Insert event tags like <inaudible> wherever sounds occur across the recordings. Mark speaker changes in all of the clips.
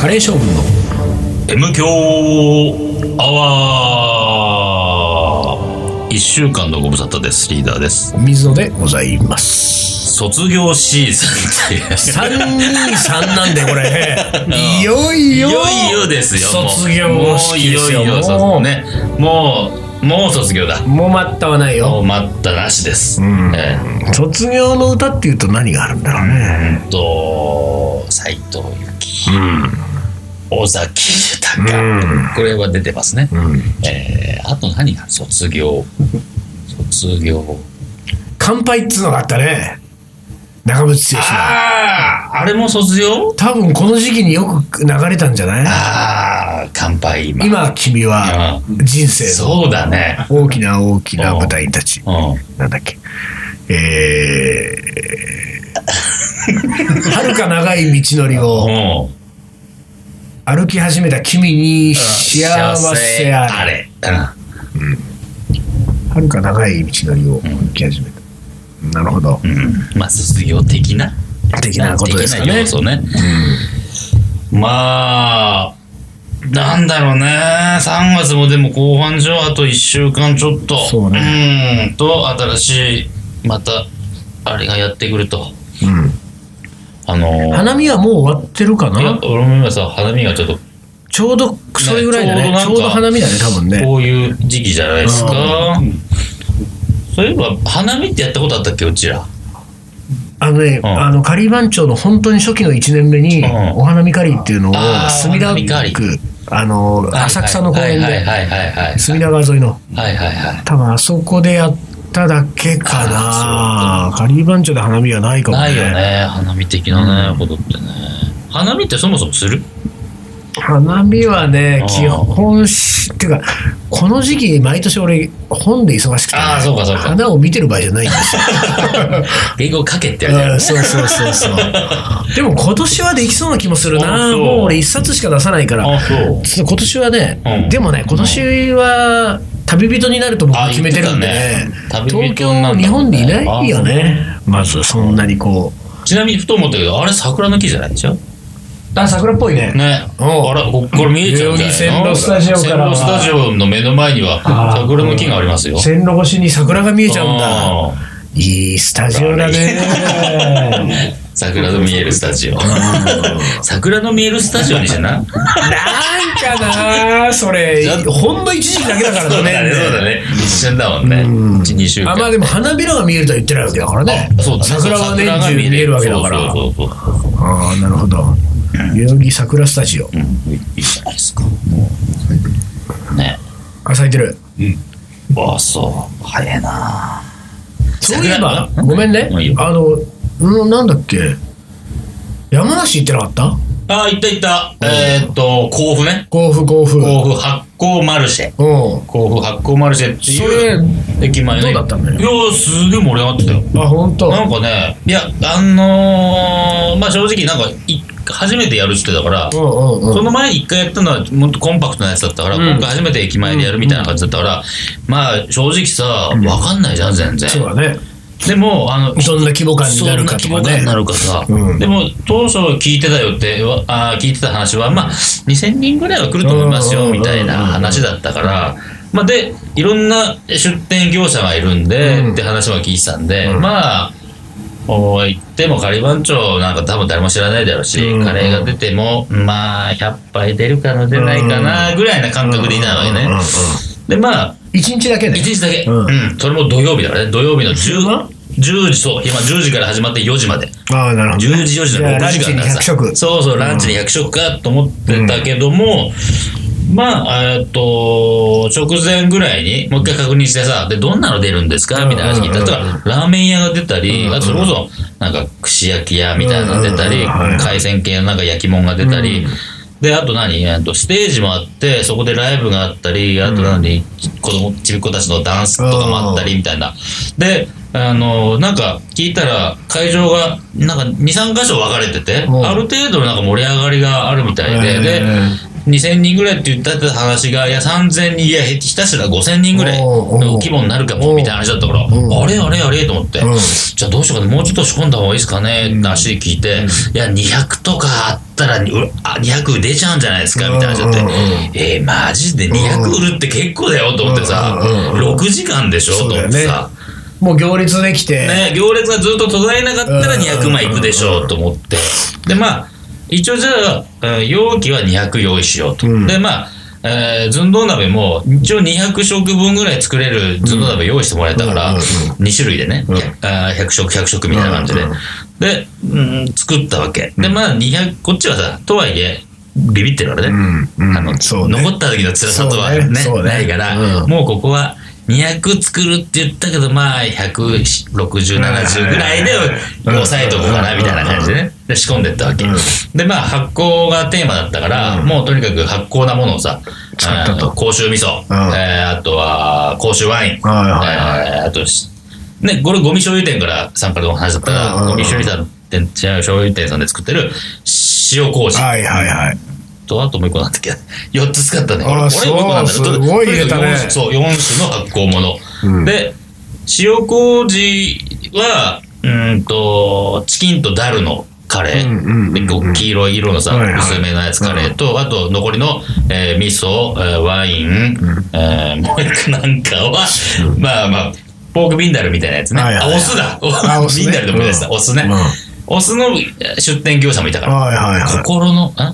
Speaker 1: 前将軍の
Speaker 2: M 強アワー一週間のご無沙汰です。リーダーです。
Speaker 1: 水野でございます。
Speaker 2: 卒業シーズンっていう。
Speaker 1: 三二三なんでこれね。 <laughs> いよい
Speaker 2: い
Speaker 1: よ。
Speaker 2: よいよですよ。もう
Speaker 1: 卒業式ですよ
Speaker 2: もういよいよ卒
Speaker 1: もう
Speaker 2: ね。もう、もう卒業だ。
Speaker 1: もう待ったはない
Speaker 2: も
Speaker 1: よ。
Speaker 2: う待ったなしです。
Speaker 1: ん
Speaker 2: え
Speaker 1: 卒業の歌っていうと何があるんだろうね。
Speaker 2: えと、斎藤由貴、尾崎豊、
Speaker 1: うん
Speaker 2: これは出てますね。
Speaker 1: うん。うん。
Speaker 2: えーあと何が卒業。卒業。
Speaker 1: 乾杯っつうのがあったね。長渕剛の。
Speaker 2: ああ、あれも卒業
Speaker 1: 多分この時期によく流れたんじゃない
Speaker 2: ああ、乾杯今。
Speaker 1: 今君は人生の
Speaker 2: そうだね。
Speaker 1: 大きな大きな舞台に立ち。
Speaker 2: う
Speaker 1: なんだっけ。え <laughs> ー、はるか長い道のり
Speaker 2: ん。
Speaker 1: を
Speaker 2: うん。
Speaker 1: 歩き始めた君に幸せあれ。
Speaker 2: れ。う
Speaker 1: はるか長い道のりを歩き始めた。なるほど。
Speaker 2: ん。うんまあ、卒業的な。
Speaker 1: 的なことですか
Speaker 2: 的な
Speaker 1: ね
Speaker 2: 要。素ね。まあ、なんだろうね。3月もでも後半上あと1週間ちょっと。
Speaker 1: そう
Speaker 2: ね。ん。と、新しい、また、あれがやってくると。
Speaker 1: うん
Speaker 2: あのー、
Speaker 1: 花見はもう終わってるか
Speaker 2: いや
Speaker 1: な
Speaker 2: 俺も今さ、花見がちょっと、
Speaker 1: ちょうどそれぐらいだね。
Speaker 2: ね
Speaker 1: ち
Speaker 2: ち
Speaker 1: ょ
Speaker 2: ょ
Speaker 1: う
Speaker 2: うどなんか
Speaker 1: ど花見だね、多分ね。
Speaker 2: こういう時期じゃないですか。そういえば、花見ってやったことあったっけ、うちら。
Speaker 1: あのね、
Speaker 2: うん
Speaker 1: あの、カリー番長の本当に初期の1年目に
Speaker 2: うん、
Speaker 1: お花見カリーっていうのを
Speaker 2: あ、ー
Speaker 1: 墨田
Speaker 2: お花見カリ
Speaker 1: 区、あの、浅草の公園
Speaker 2: はい
Speaker 1: で、
Speaker 2: はいはいはいはい。
Speaker 1: 墨田川沿いの、
Speaker 2: はいはいはい。
Speaker 1: 多分あそこでやっただけか
Speaker 2: あ
Speaker 1: な。カリー番長で花見はないかもね。
Speaker 2: ないよね、花見的なね、ことってね。花見ってそもそもする
Speaker 1: 花見はね
Speaker 2: あ、ー
Speaker 1: 基本し、っていうか、この時期、毎年俺、本で忙しくてね、
Speaker 2: あーそうかそうか
Speaker 1: 花を見てる場合じゃないん
Speaker 2: <laughs>
Speaker 1: ですよ。
Speaker 2: 英語かけってやつや
Speaker 1: う
Speaker 2: る
Speaker 1: ん。そうそうそうそう。でも今年はできそうな気もする
Speaker 2: あ
Speaker 1: な。
Speaker 2: そう
Speaker 1: もう俺一冊しか出さないから。
Speaker 2: あ、そう。
Speaker 1: ちょっと今年はね、
Speaker 2: うん
Speaker 1: でもね今年は旅人になると僕は決めてるんでね
Speaker 2: あ言ってたね
Speaker 1: 東
Speaker 2: 旅人に
Speaker 1: 京
Speaker 2: なるんだもんね
Speaker 1: 日本にいないよねまずそんなにこう
Speaker 2: ちなみにふと思ったけど、あれ桜の木じゃないでしょ
Speaker 1: あ桜っぽいね
Speaker 2: ね。
Speaker 1: おう
Speaker 2: あら、ここれ見えちゃうんじゃない
Speaker 1: 代々木線路スタジオからは
Speaker 2: 線路スタジオの目の前には
Speaker 1: あー
Speaker 2: 桜の木がありますよ。
Speaker 1: 線路越しに桜が見えちゃうんだ
Speaker 2: あ
Speaker 1: いいスタジオだね
Speaker 2: ー桜の見えるスタジオ。桜の見えるスタジオにしてな。
Speaker 1: なんかなそれ
Speaker 2: ちょっと
Speaker 1: ほんの一時期だけだからね
Speaker 2: そうだね、そうだね。一瞬だもんね。1、2週間。
Speaker 1: あまあでも花びらが見えるとは言ってないわけだからね
Speaker 2: そうだね
Speaker 1: 桜は年
Speaker 2: 桜が
Speaker 1: 中見えるわけだから
Speaker 2: そうそうそうそう。
Speaker 1: ああなるほど代々木桜スタジオ
Speaker 2: うん、いいじゃないですか。もう。ね。
Speaker 1: あ咲いてる
Speaker 2: ああ、そう。早いな。
Speaker 1: そういえば、
Speaker 2: 桜
Speaker 1: ごめんね
Speaker 2: うんいい。よ
Speaker 1: あの、うんなんだっけ。山梨行ってなかった
Speaker 2: ああ、行った行った。えーっと、甲府ね。
Speaker 1: 甲府、甲府。
Speaker 2: 甲府発酵マルシェ。
Speaker 1: う
Speaker 2: 甲府発酵マルシェっていう駅前の
Speaker 1: どうだったんだよ
Speaker 2: いやーすげえ盛り上がってたよ。
Speaker 1: ん。あ、本当。
Speaker 2: なんかね、いや、あのー、まあ正直なんかい、初めてやるっつってたから、
Speaker 1: うんうんう
Speaker 2: そ
Speaker 1: ん。
Speaker 2: の前に一回やったのはもっとコンパクトなやつだったから、
Speaker 1: うん
Speaker 2: 今回初めて駅前でやるみたいな感じだったから、まあ正直さ、わかんないじゃん、全然。
Speaker 1: そうだね。
Speaker 2: でも、あの、
Speaker 1: どんな規模感になるかとか
Speaker 2: そんな規模感
Speaker 1: ね
Speaker 2: に。なるかさ、
Speaker 1: うん
Speaker 2: でも当初聞いてたよってわあー聞いてた話はまあ2000人ぐらいは来ると思います
Speaker 1: うんう
Speaker 2: よ
Speaker 1: んうんうん
Speaker 2: みたいな話だったから、まあ、でいろんな出店業者がいるんで、
Speaker 1: うん
Speaker 2: って話は聞いてたんで、
Speaker 1: うん
Speaker 2: まあおー行っても仮番長なんか多分誰も知らないだろうし、
Speaker 1: うんうん
Speaker 2: カレーが出てもまあ100杯出るかな出ないかなぐらいな感覚でいたわけね、
Speaker 1: うんうんうん
Speaker 2: でまあ
Speaker 1: 一日だけね。
Speaker 2: 一日だけ、
Speaker 1: う
Speaker 2: うんんそれも土曜日だからね土曜日の 10,
Speaker 1: は
Speaker 2: 10時そう今10時から始まって4時まで
Speaker 1: ああ、なるほどね。
Speaker 2: 10時4時
Speaker 1: じ
Speaker 2: の
Speaker 1: ゃあ
Speaker 2: 6
Speaker 1: ラン
Speaker 2: 時
Speaker 1: チ
Speaker 2: 間
Speaker 1: に
Speaker 2: だから
Speaker 1: 100
Speaker 2: さ
Speaker 1: 食。
Speaker 2: そうそうランチに100食かと思ってたけども、まあえーっと直前ぐらいにもう一回確認してさでどんなの出るんですかみたいな話聞いた
Speaker 1: うん
Speaker 2: ら
Speaker 1: うん
Speaker 2: だからラーメン屋が出たり、あとそれこそなんか串焼き屋みたいなの出たり、
Speaker 1: うんうんうんはい
Speaker 2: 海鮮系のなんか焼き物が出たり、
Speaker 1: うん
Speaker 2: であと何えーっとステージもあってそこでライブがあったりあと何、子供ちびっ子たちのダンスとかもあったりみたいな。であのなんか聞いたら会場がなんか23箇所分かれてて
Speaker 1: うん
Speaker 2: ある程度のなんか盛り上がりがあるみたいで、
Speaker 1: えー
Speaker 2: で2000人ぐらいって言ったって話が、いや、3000人、いや、ひたすら5000人ぐらい
Speaker 1: おーおー
Speaker 2: の規模になるかも、みたいな話だったから、
Speaker 1: うん
Speaker 2: あれあれあれと思って、
Speaker 1: うん
Speaker 2: じゃあどうしようかな、もうちょっと仕込んだ方がいいですかね、って話で聞いて、いや、200とかあったら、うあ200出ちゃうんじゃないですか、みたいな話だって、
Speaker 1: うんうん
Speaker 2: えー、マジで200売るって結構だよ、と思ってさ、
Speaker 1: うんうんうん
Speaker 2: 6時間でしょ、と
Speaker 1: そう
Speaker 2: 思
Speaker 1: だよ
Speaker 2: っ
Speaker 1: ね
Speaker 2: てさ。
Speaker 1: もう行列できて、
Speaker 2: ね、行列がずっと途絶えなかったら
Speaker 1: うん
Speaker 2: 200枚いくでしょうと思って。で、まあ、一応じゃあ、うん容器は200用意しようと。
Speaker 1: うん
Speaker 2: で、まあ、えー寸胴鍋も一応200食分ぐらい作れる寸胴鍋用意してもらえたから、
Speaker 1: うんうん
Speaker 2: 2種類でね、
Speaker 1: うん
Speaker 2: あー100食100食みたいな感じで、
Speaker 1: うんうん
Speaker 2: で、うん、作ったわけでまあ200こっちはさとはいえビビってるからね、
Speaker 1: うんうん
Speaker 2: あの
Speaker 1: そうね
Speaker 2: 残った時の辛さとはね
Speaker 1: そうねそうね
Speaker 2: ないから、
Speaker 1: うん
Speaker 2: もうここは200作るって言ったけどまあ16070ぐらいで
Speaker 1: うん
Speaker 2: 抑えとこうかなみたいな感じでねで仕込んでったわけ、
Speaker 1: うん
Speaker 2: でまあ発酵がテーマだったから、
Speaker 1: うん
Speaker 2: もうとにかく発酵なものをさ
Speaker 1: 使ったと
Speaker 2: あの甲州味噌、
Speaker 1: うん
Speaker 2: えーあとは甲州ワイン、
Speaker 1: はいはいはい
Speaker 2: えーあとしね、これゴミ醤油店から参加のお話だったら、
Speaker 1: うんうんうん
Speaker 2: ゴミ醤油店、違う醤油店さんで作ってる塩麹
Speaker 1: はいはいはい。
Speaker 2: と、あともう一個なんだっけ、4つ <laughs> 使ったね。
Speaker 1: あ
Speaker 2: 俺、
Speaker 1: ら
Speaker 2: 俺もう一個なんだ
Speaker 1: そう
Speaker 2: と
Speaker 1: すごい入れたね
Speaker 2: とにかく四そう、4種の発酵
Speaker 1: う
Speaker 2: 物。
Speaker 1: ん
Speaker 2: で、塩麹は、うーんと、チキンとダルのカレ
Speaker 1: うんうんうんう
Speaker 2: ー。
Speaker 1: ん
Speaker 2: でこう黄色い色のさ
Speaker 1: はいはい、
Speaker 2: 薄めのやつカレーと、あと残りの、えー味噌、えーワイン、えーもう一個なんかは、まあまあ、ポークビンダルみたいなやつね。
Speaker 1: はいはい
Speaker 2: あ、
Speaker 1: はい
Speaker 2: お酢だ。
Speaker 1: あお酢ね
Speaker 2: <laughs> ビンダルでもいいですた。
Speaker 1: うん
Speaker 2: お酢ね
Speaker 1: うん。
Speaker 2: お酢の出店業者もいたから。
Speaker 1: はいはいはい。
Speaker 2: 心の、あ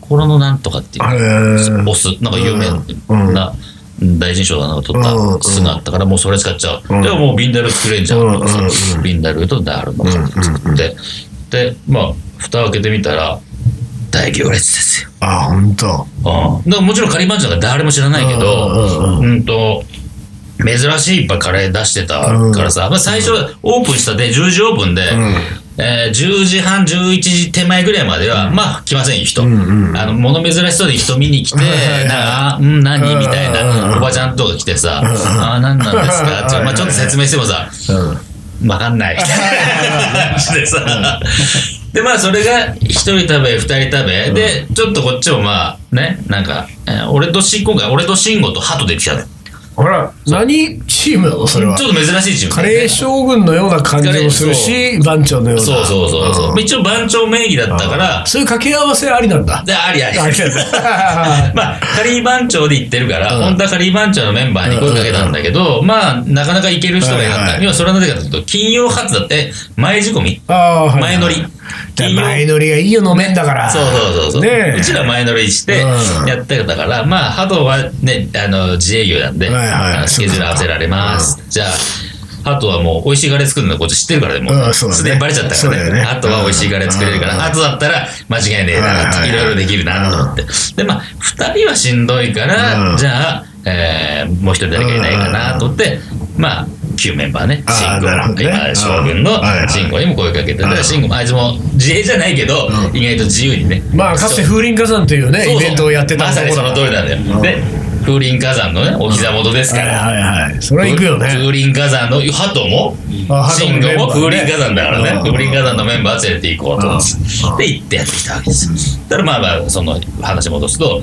Speaker 2: 心のなんとかっていう。
Speaker 1: あれ
Speaker 2: オス、なんか有
Speaker 1: うんう
Speaker 2: 名
Speaker 1: ん
Speaker 2: な大臣賞だな取った
Speaker 1: うんうん
Speaker 2: 酢があったから、もうそれ使っちゃう。
Speaker 1: うん
Speaker 2: でももうビンダル作れんじゃん
Speaker 1: うんうんうん。
Speaker 2: ビンダルとダールの作って。で、まあ、蓋開けてみたら、大行列ですよ。
Speaker 1: あ、ほんと。
Speaker 2: うん。だからもちろん仮番長なんか誰も知らないけ
Speaker 1: うんうん
Speaker 2: ど、
Speaker 1: う
Speaker 2: うんと、珍しいいっぱいカレー出してたからさ、まあ最初オープンしたで、10時オープンで、
Speaker 1: ん
Speaker 2: えー10時半、11時手前ぐらいまでは、まあ来ませんよ、人。
Speaker 1: うんうん
Speaker 2: あの、物珍しそうに人見に来て、なんか、あうん、何みたい
Speaker 1: うんうんう
Speaker 2: な、
Speaker 1: ん
Speaker 2: おばちゃんとか来てさ、
Speaker 1: んうん
Speaker 2: あー、何なんですかって、
Speaker 1: うんうんうん
Speaker 2: まあちょっと説明してもさ、
Speaker 1: うん。
Speaker 2: わかんない。 <laughs> でさ、で、まあ、それが、一人食べ、二人食べ、で、ちょっとこっちもまあ、ね、なんか、えー俺とし、今回、俺と慎吾とハトで来たの。ち
Speaker 1: ほら、何チームなのそれ
Speaker 2: ょ
Speaker 1: は
Speaker 2: っ。と珍しいチーム
Speaker 1: カ
Speaker 2: だよね。
Speaker 1: レー将軍のような感じもするし、番長のような。
Speaker 2: そうそうそうそう。一応、番長名義だったから
Speaker 1: ん、そういう掛け合わせありなんだ。
Speaker 2: で、あ <laughs> りあり。
Speaker 1: <laughs> ありなんだ。
Speaker 2: まあ、カリー番長で行ってるから、
Speaker 1: うん
Speaker 2: 本当はカリー番長のメンバーに声かけたんだけど、まあ、なかなか行ける人がいなかっ
Speaker 1: はいは
Speaker 2: た。
Speaker 1: い
Speaker 2: 要はそれはなぜかというと、金曜発だって、前仕込み、
Speaker 1: あーはい
Speaker 2: 前乗り。
Speaker 1: じゃあ
Speaker 2: 金曜
Speaker 1: 前乗りがいいよ、飲めんだから。
Speaker 2: そうそうそうそう、
Speaker 1: ねえ
Speaker 2: うちら前乗りして
Speaker 1: うん
Speaker 2: やってたから、まあハトはねあの自営業なんで、
Speaker 1: はいはい
Speaker 2: あのスケジュール合わせられます、じゃあハトはもう美味しいカレー作るのこっち知ってるからねも
Speaker 1: うんそうだね
Speaker 2: すでにバレちゃった
Speaker 1: そう
Speaker 2: か
Speaker 1: だ
Speaker 2: ら
Speaker 1: よ
Speaker 2: ね
Speaker 1: ね
Speaker 2: ハトは美味しいカレー作れるから、
Speaker 1: うん
Speaker 2: ハトだったら間違いねえなと、
Speaker 1: はいはいはい
Speaker 2: いろいろできるなと思って、でまあ2人はしんどいから、
Speaker 1: うん
Speaker 2: じゃあ、えーもう1人誰かいないかなと思って、まあ旧メンバーね、
Speaker 1: あー
Speaker 2: 慎吾、
Speaker 1: なるほどね
Speaker 2: 今将軍
Speaker 1: う
Speaker 2: の
Speaker 1: んはいはい
Speaker 2: 慎吾にも声かけて、だから
Speaker 1: うん
Speaker 2: 慎吾もあいつも自営じゃないけど、
Speaker 1: うん
Speaker 2: 意外と自由にね。
Speaker 1: まあ、かつて風林火山という
Speaker 2: そう
Speaker 1: ね、
Speaker 2: そう
Speaker 1: イベントをやってた
Speaker 2: ま
Speaker 1: と
Speaker 2: さ
Speaker 1: こ
Speaker 2: に
Speaker 1: ろ
Speaker 2: そ
Speaker 1: だ
Speaker 2: の通りなんだよ。で、風林火山のね、お膝元です
Speaker 1: は
Speaker 2: か
Speaker 1: い
Speaker 2: ら。
Speaker 1: はいはい。それは行くよ
Speaker 2: 風
Speaker 1: ね。
Speaker 2: 林火山の、鳩も
Speaker 1: あ、鳩も
Speaker 2: 慎
Speaker 1: メン
Speaker 2: 吾
Speaker 1: バー
Speaker 2: も
Speaker 1: ね
Speaker 2: 風林火山だからね
Speaker 1: うん、
Speaker 2: 風林火山のメンバー連れて行こうと思
Speaker 1: うん
Speaker 2: って。で、行ってやってきたわけですよ。ただまあまあ、その話戻すと、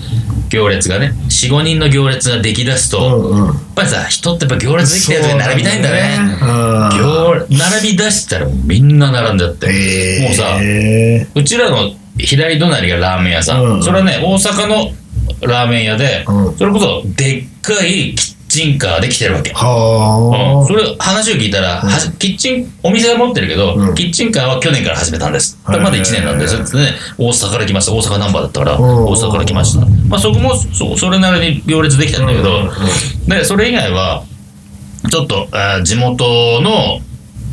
Speaker 2: 行列がね、4、5人の行列ができだす
Speaker 1: う
Speaker 2: と、
Speaker 1: んうん。
Speaker 2: やっぱりさ、人ってやっぱ行列できたやつに並びたいんだね。
Speaker 1: うん
Speaker 2: 行列並び出したらみんな並んじゃって。
Speaker 1: へー
Speaker 2: もうさうちらの左隣がラーメン屋さん、
Speaker 1: うん
Speaker 2: それはね大阪のラーメン屋で、
Speaker 1: うん
Speaker 2: それこそでっかいキッチンカーで来てるわけ、うん
Speaker 1: は
Speaker 2: それ話を聞いたら、はじキッチンお店は持ってるけど、
Speaker 1: うん
Speaker 2: キッチンカーは去年から始めたんです、
Speaker 1: はい
Speaker 2: まだ1年なんですってね大阪から来ました大阪ナンバーだったから、
Speaker 1: ん
Speaker 2: 大阪から来ました、まあ、そこもそそれなりに行列できたんだけど、
Speaker 1: うん
Speaker 2: でそれ以外はちょっと、あー地元の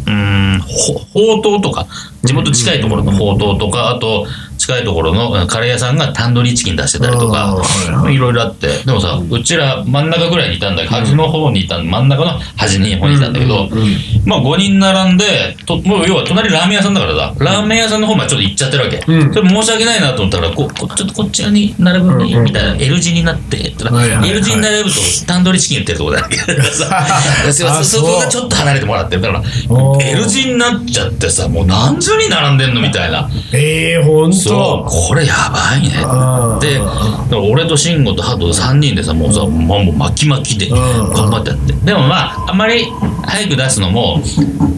Speaker 2: うーんほほうとうとか地元近いところのほうとうとかあと近いところのうんカレー屋さんがタンドリーチキン出してたりと
Speaker 1: あ
Speaker 2: か
Speaker 1: ーはいはい
Speaker 2: ろいろあってでもさうちら真ん中ぐらいにいたんだけど端の方にいた真ん中の端に方にいたんだけど
Speaker 1: うんうんうん
Speaker 2: まあ5人並んでともう要は隣ラーメン屋さんだからさラーメン屋さんの方までちょっと行っちゃってるわけ
Speaker 1: うん
Speaker 2: それ申し訳ないなと思ったからここちょっとこっちらに並ぶ
Speaker 1: うんうん
Speaker 2: みたいな L 字になってって言ったら
Speaker 1: はいはいはい
Speaker 2: L 字に並ぶとタンドリーチキン売ってるとこだからさすいません
Speaker 1: <laughs> あ
Speaker 2: そ
Speaker 1: そう
Speaker 2: こがちょっと離れてもらってるから
Speaker 1: おー
Speaker 2: L 字になっちゃってさもう何十人並んでんのみたいな。
Speaker 1: ええ、ほんと。
Speaker 2: そうこれやばいね
Speaker 1: あー
Speaker 2: でだから俺と慎吾とハト3人でさもうさ、まあもう巻き巻きで
Speaker 1: うん
Speaker 2: 頑張ってやってでもまああんまり早く出すのも、う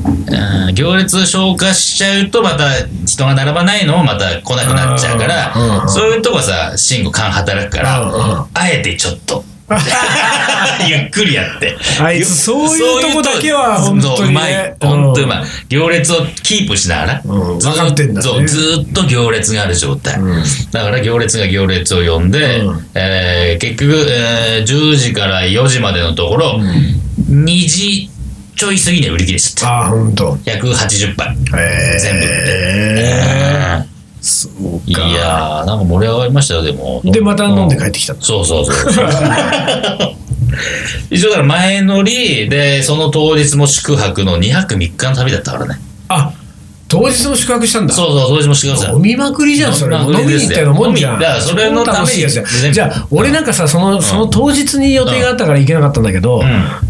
Speaker 2: ん行列消化しちゃうとまた人が並ばないのもまた来なくなっちゃうか
Speaker 1: うんう
Speaker 2: ら
Speaker 1: ん
Speaker 2: そういうとこさ慎吾勘働くから
Speaker 1: うんうん
Speaker 2: あえてちょっと <laughs> ゆっくりやって
Speaker 1: あいつそういうとこだけは
Speaker 2: そう
Speaker 1: 本当に
Speaker 2: そううまい
Speaker 1: ね
Speaker 2: 本当うまい行列をキープしながら、
Speaker 1: うん
Speaker 2: ずっ
Speaker 1: 分かってんだね
Speaker 2: そうずっと行列がある状態、
Speaker 1: うん
Speaker 2: だから行列が行列を呼んで、
Speaker 1: うん
Speaker 2: えー結局、えー10時から4時までのところ、2時ちょい過ぎには売り切れちゃっ
Speaker 1: ああ本当
Speaker 2: た180杯
Speaker 1: え
Speaker 2: 全
Speaker 1: え
Speaker 2: 部え
Speaker 1: そう
Speaker 2: ーい
Speaker 1: か
Speaker 2: やーなんか盛り上がりましたよでも
Speaker 1: でまた飲んで帰ってきたの
Speaker 2: そうそう
Speaker 1: <laughs>
Speaker 2: そう。一応だから前乗りで、その当日も宿泊の2泊3日の旅だったからね。
Speaker 1: あ当日も宿泊したんだ
Speaker 2: そうそう、当日もしてください
Speaker 1: 飲。みまくりじゃんそれ
Speaker 2: 飲
Speaker 1: 飲
Speaker 2: みま
Speaker 1: み
Speaker 2: くり
Speaker 1: に
Speaker 2: で
Speaker 1: 行っ
Speaker 2: す
Speaker 1: た
Speaker 2: よ
Speaker 1: ようなもんじゃ
Speaker 2: 飲
Speaker 1: ん
Speaker 2: みだからそれのために
Speaker 1: 楽しいやつじゃん
Speaker 2: 全部
Speaker 1: じゃあ俺なんかさそのその当日に予定があったから行けなかったんだけど
Speaker 2: ん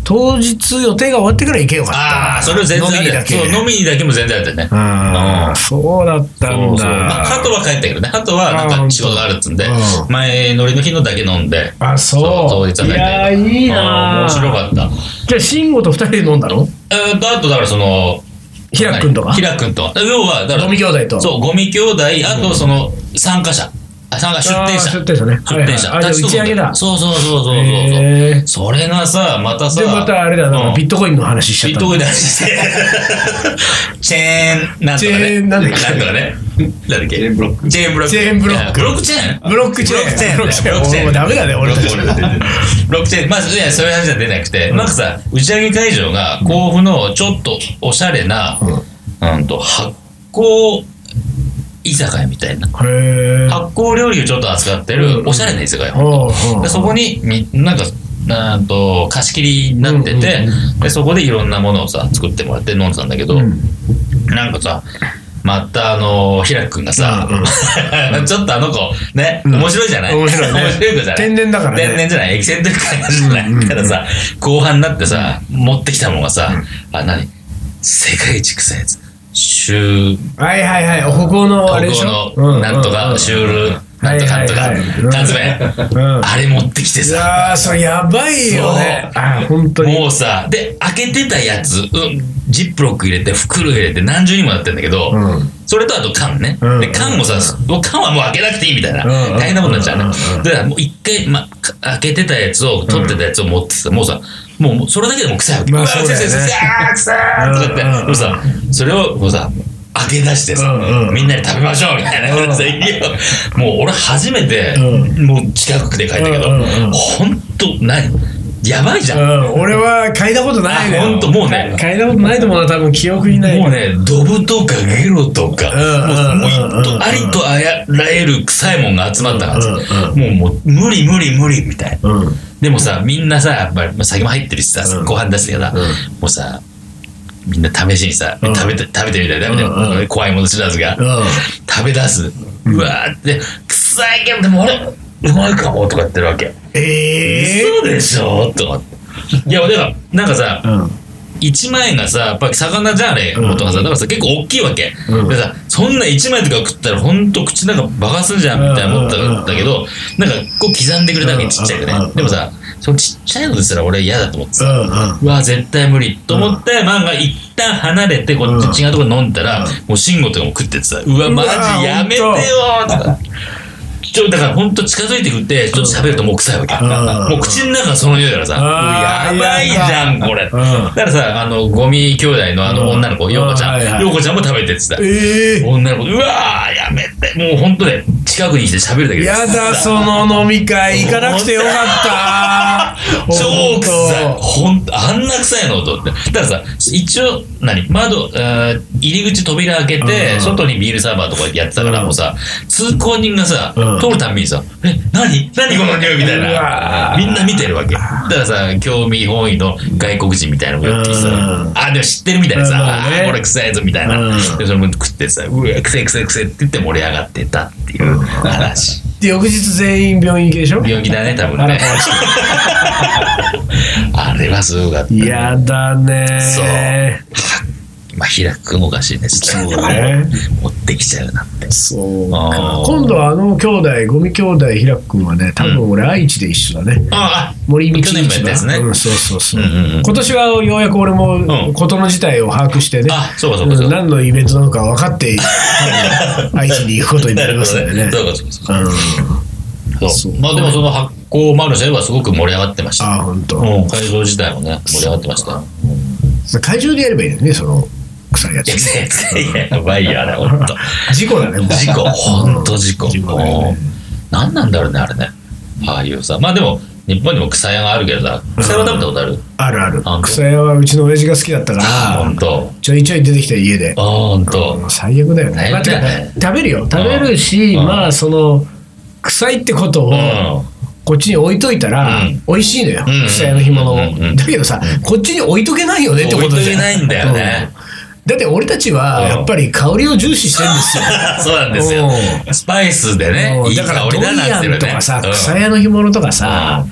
Speaker 1: 当日予定が終わってから行けよかった
Speaker 2: ああ、それを全然
Speaker 1: 飲みにだけ
Speaker 2: そう、飲みにだけも全然あったよね。
Speaker 1: ああそうだった
Speaker 2: そ
Speaker 1: ん
Speaker 2: うそう。まあ、ハ
Speaker 1: だ
Speaker 2: トは帰ったけどね。ハトはなんか仕事があるっつうんで
Speaker 1: あー本、当
Speaker 2: 前乗りの日のだけ飲んで。
Speaker 1: あそ
Speaker 2: 当
Speaker 1: う
Speaker 2: 日はい帰った
Speaker 1: やーいいな
Speaker 2: 面白
Speaker 1: っ
Speaker 2: かった。
Speaker 1: たじゃあ慎吾と二人で飲んだの
Speaker 2: えーと、あとだからその、
Speaker 1: 平君とか
Speaker 2: 平君と。要は、だから、
Speaker 1: 飲み兄弟と
Speaker 2: そう、ゴミ兄弟、あとその、参加者。あ参加、出店者。
Speaker 1: あー出店者ね
Speaker 2: 出店者。
Speaker 1: はいはいあじゃあ打ち上げだ
Speaker 2: そうそうそうそうそう
Speaker 1: へ
Speaker 2: そう。
Speaker 1: ー
Speaker 2: それがさ、またさ、
Speaker 1: でまたあれだ
Speaker 2: う
Speaker 1: なんビットコインの話しちゃ
Speaker 2: ビ
Speaker 1: っ
Speaker 2: ッ
Speaker 1: た
Speaker 2: ト
Speaker 1: の
Speaker 2: コインだしてチェーンなんとかね
Speaker 1: チェーンなんだっけ
Speaker 2: なんとかねなんだっけチェーンブロックチェーンブロック
Speaker 1: チェーンブロック
Speaker 2: ブロックチェーン
Speaker 1: ブロックチェーン
Speaker 2: ブロックチ
Speaker 1: ブロックチェ
Speaker 2: ェーン
Speaker 1: ーンもうダメだね俺たち
Speaker 2: ブロックチェーンブロックチェーンまあいやそういう話じゃ出なくてなんかさ打ち上げ会場が甲府のちょっとおしゃれなうんと発酵居酒屋みたいな
Speaker 1: へえ
Speaker 2: 発酵料理をちょっと扱ってるおしゃれな居酒屋でそこにみなんかなんと貸し切りになっ
Speaker 1: う
Speaker 2: てて、
Speaker 1: んうん
Speaker 2: でそこでいろんなものをさ作ってもらって飲んでたんだけど、
Speaker 1: うん
Speaker 2: なんかさまたあの平くんがさ、 <laughs> ちょっとあの子ね、
Speaker 1: うん
Speaker 2: 面白いじゃない
Speaker 1: 面白いね
Speaker 2: 面白い子じゃない
Speaker 1: 天然だからね
Speaker 2: 天然じゃないエキセントリックな話じゃない、
Speaker 1: うんうんうん
Speaker 2: からさ後半になってさ持ってきたもんがさ、あ何世界一臭いやつシュー
Speaker 1: はいはいはい、歩行のあれでしょ
Speaker 2: 東京のなんとかシュールなんとかなんとか
Speaker 1: はいはいはいうん
Speaker 2: 缶詰
Speaker 1: <laughs> うん
Speaker 2: あれ持ってきて
Speaker 1: い
Speaker 2: さ
Speaker 1: やー、それやばいよね。あ、本当に。
Speaker 2: もうさ、で、開けてたやつ、うん、ジップロック入れて、袋入れて、何重にもなってんだけど、
Speaker 1: うん
Speaker 2: それとあと缶ね。
Speaker 1: うん
Speaker 2: で、缶もさ、もう缶はもう開けなくていいみたいな。
Speaker 1: うん
Speaker 2: 大変なことになっちゃうね。
Speaker 1: うん
Speaker 2: で、だからもう一回、ま、か開けてたやつを、取ってたやつを持ってさ、もうさ、もうもうそれだけでもう臭いわけ。
Speaker 1: まあ
Speaker 2: わ
Speaker 1: そうだよね
Speaker 2: 臭い臭い臭いあー臭いとか
Speaker 1: うんうん
Speaker 2: 言って。でもさ、それをもうさ、開け出してさ、
Speaker 1: うんうん
Speaker 2: みんなで食べましょうみたいな感じで、いいよもう俺初めて、
Speaker 1: う
Speaker 2: もう近くで書いたけど、
Speaker 1: うんうんうん
Speaker 2: ほんと、何やばいじゃ。
Speaker 1: うんん、俺は嗅いだことないね。
Speaker 2: あほんともうね
Speaker 1: 嗅いだことないと思うな、多分記憶にない。
Speaker 2: もうね、ドブとかゲロとか、
Speaker 1: うん
Speaker 2: もう
Speaker 1: うん
Speaker 2: もう
Speaker 1: うん
Speaker 2: ありとあらゆる臭いもんが集まったからさ
Speaker 1: う
Speaker 2: もうもう無理無理無理みたいな。
Speaker 1: うん。
Speaker 2: でもさ、みんなさ、やっぱりまあ酒も入ってるしさ
Speaker 1: う、ん
Speaker 2: ご飯出してから、
Speaker 1: うん
Speaker 2: もうさ、みんな試しにさ、
Speaker 1: うん
Speaker 2: 食べて、食べてみたい、食べてみたい、
Speaker 1: うんう
Speaker 2: 怖いもの知らずが、
Speaker 1: うん。
Speaker 2: 食べ出す。うわーって、臭いけど、でもあれ、うまいかもとか言ってるわけ。
Speaker 1: ええ
Speaker 2: 嘘でしょとかって。いや、でも、なんかさ、
Speaker 1: うん。
Speaker 2: 1枚がさやっぱり魚じゃねえ
Speaker 1: うん
Speaker 2: とかさだからさ結構大きいわけ、
Speaker 1: うん
Speaker 2: でさそんな1枚とか食ったらほんと口なんかバカすんじゃんみたいな思った
Speaker 1: うんうんうん
Speaker 2: んだけどなんかこう刻んでくれたわけちっちゃいく
Speaker 1: う
Speaker 2: ね
Speaker 1: んうんうん
Speaker 2: でもさそのちっちゃいのですら俺嫌だと思ってさ
Speaker 1: うん。
Speaker 2: うわ絶対無理と思って、まあまあ一旦離れてこっち違うところ飲んだら、
Speaker 1: うん
Speaker 2: もう慎吾とかも食っててさうわマジやめてよ
Speaker 1: ほんと
Speaker 2: ーとかちょだからほんと近づいてくってちょっと喋るともう臭いわけ、
Speaker 1: うん
Speaker 2: もう口の中その匂いだからさ、
Speaker 1: あー
Speaker 2: やばいじゃん
Speaker 1: やだ
Speaker 2: これ、
Speaker 1: うん
Speaker 2: だからさあのゴミ兄弟のあの
Speaker 1: うん
Speaker 2: 女の子陽子ちゃ
Speaker 1: うんはいは
Speaker 2: ん
Speaker 1: い
Speaker 2: 陽子ちゃんも食べてってさ
Speaker 1: ええ
Speaker 2: 女の子うわーやめてもうほんとね近くに来て喋るだけで
Speaker 1: やだ、その飲み会行かなくてよかった。
Speaker 2: 超臭い
Speaker 1: ほんと
Speaker 2: ほんとあんな臭いのと思ってだからさ一応何窓えー入り口扉開けて、
Speaker 1: うん
Speaker 2: 外にビールサーバーとかやってたから、
Speaker 1: うん
Speaker 2: もうさ通行人がさ、
Speaker 1: うん
Speaker 2: 通るたんびにさ「え何何この匂い」みたいうな
Speaker 1: わ
Speaker 2: みんな見てるわけだからさ興味本位の外国人みたいなのがやってさ、
Speaker 1: うん
Speaker 2: あでも知ってるみたいな
Speaker 1: う
Speaker 2: さ
Speaker 1: ん
Speaker 2: 「
Speaker 1: ね
Speaker 2: あこれ臭いぞ」みたいな、
Speaker 1: うん
Speaker 2: でそれも食ってさ「うわ臭い臭い臭い」って言って盛り上がってたっていう話
Speaker 1: で翌日全員病院行けでしょ
Speaker 2: 病
Speaker 1: <laughs>
Speaker 2: 気だね多分
Speaker 1: あら
Speaker 2: ね
Speaker 1: かわい
Speaker 2: あれはすごかった
Speaker 1: いやだね
Speaker 2: そう
Speaker 1: ー。
Speaker 2: まあ、開くんおかしいね。ちょっと
Speaker 1: そうね。
Speaker 2: 持ってきちゃうなって。
Speaker 1: そう
Speaker 2: あ
Speaker 1: か
Speaker 2: ー
Speaker 1: 今度はあの兄弟ゴミ兄弟ひらく君はね多分俺愛知で一緒だね、
Speaker 2: ああ、
Speaker 1: 森道
Speaker 2: 去年もやったやつね
Speaker 1: うん、そうそうそう,、
Speaker 2: うんうんうん
Speaker 1: 今年はようやく俺も
Speaker 2: ん
Speaker 1: 事の事態を把握してね、
Speaker 2: あそうかそうかそう
Speaker 1: ん
Speaker 2: か
Speaker 1: 何のイベントなのか分かって <laughs> 多分愛知に行くことになりますよね
Speaker 2: そうかそうかそうか
Speaker 1: うん
Speaker 2: そうまあでもその発行マルシェはすごく盛り上がってました。
Speaker 1: ああ本当、
Speaker 2: うん、会場自体もね、盛り上がってました。
Speaker 1: 会場でやればいいよねその臭いやつ
Speaker 2: いや、全然やばいよ、あれ、ほんと。
Speaker 1: 事故だねもう
Speaker 2: 事故、ほんと事故。
Speaker 1: 事故だよね
Speaker 2: 何なんだろうね、あれね。ああいうさ、まあでも、日本にも草屋があるけどさ、草屋は食べたことある
Speaker 1: あるある
Speaker 2: あの
Speaker 1: 草屋はうちの親父が好きだったか
Speaker 2: ほん
Speaker 1: ら
Speaker 2: と。
Speaker 1: ちょいちょい出てきた家で
Speaker 2: あほんと
Speaker 1: も。う最悪だよね
Speaker 2: 最悪だよね
Speaker 1: まあてか食べるよ食べるし
Speaker 2: うん
Speaker 1: まあその臭いってこと
Speaker 2: う
Speaker 1: を
Speaker 2: ん。 <laughs>
Speaker 1: こっちに置いといたら
Speaker 2: うん
Speaker 1: 美味しいのよ
Speaker 2: うん
Speaker 1: 草屋の干物を
Speaker 2: うんうん
Speaker 1: だけどさこっちに置いとけないよねってこと
Speaker 2: 置い
Speaker 1: じ
Speaker 2: とけ
Speaker 1: ゃ
Speaker 2: ないんだよね
Speaker 1: うんだって俺たちはやっぱり香りを重視してるん
Speaker 2: <laughs>
Speaker 1: ですよ
Speaker 2: そうなんですよ
Speaker 1: う。
Speaker 2: スパイスでね
Speaker 1: も、う
Speaker 2: いい
Speaker 1: だから
Speaker 2: 香
Speaker 1: ド
Speaker 2: り
Speaker 1: リ
Speaker 2: だな
Speaker 1: ア
Speaker 2: ってる
Speaker 1: ンと
Speaker 2: ね。
Speaker 1: かさ、
Speaker 2: うん
Speaker 1: 草屋の干物とかさ、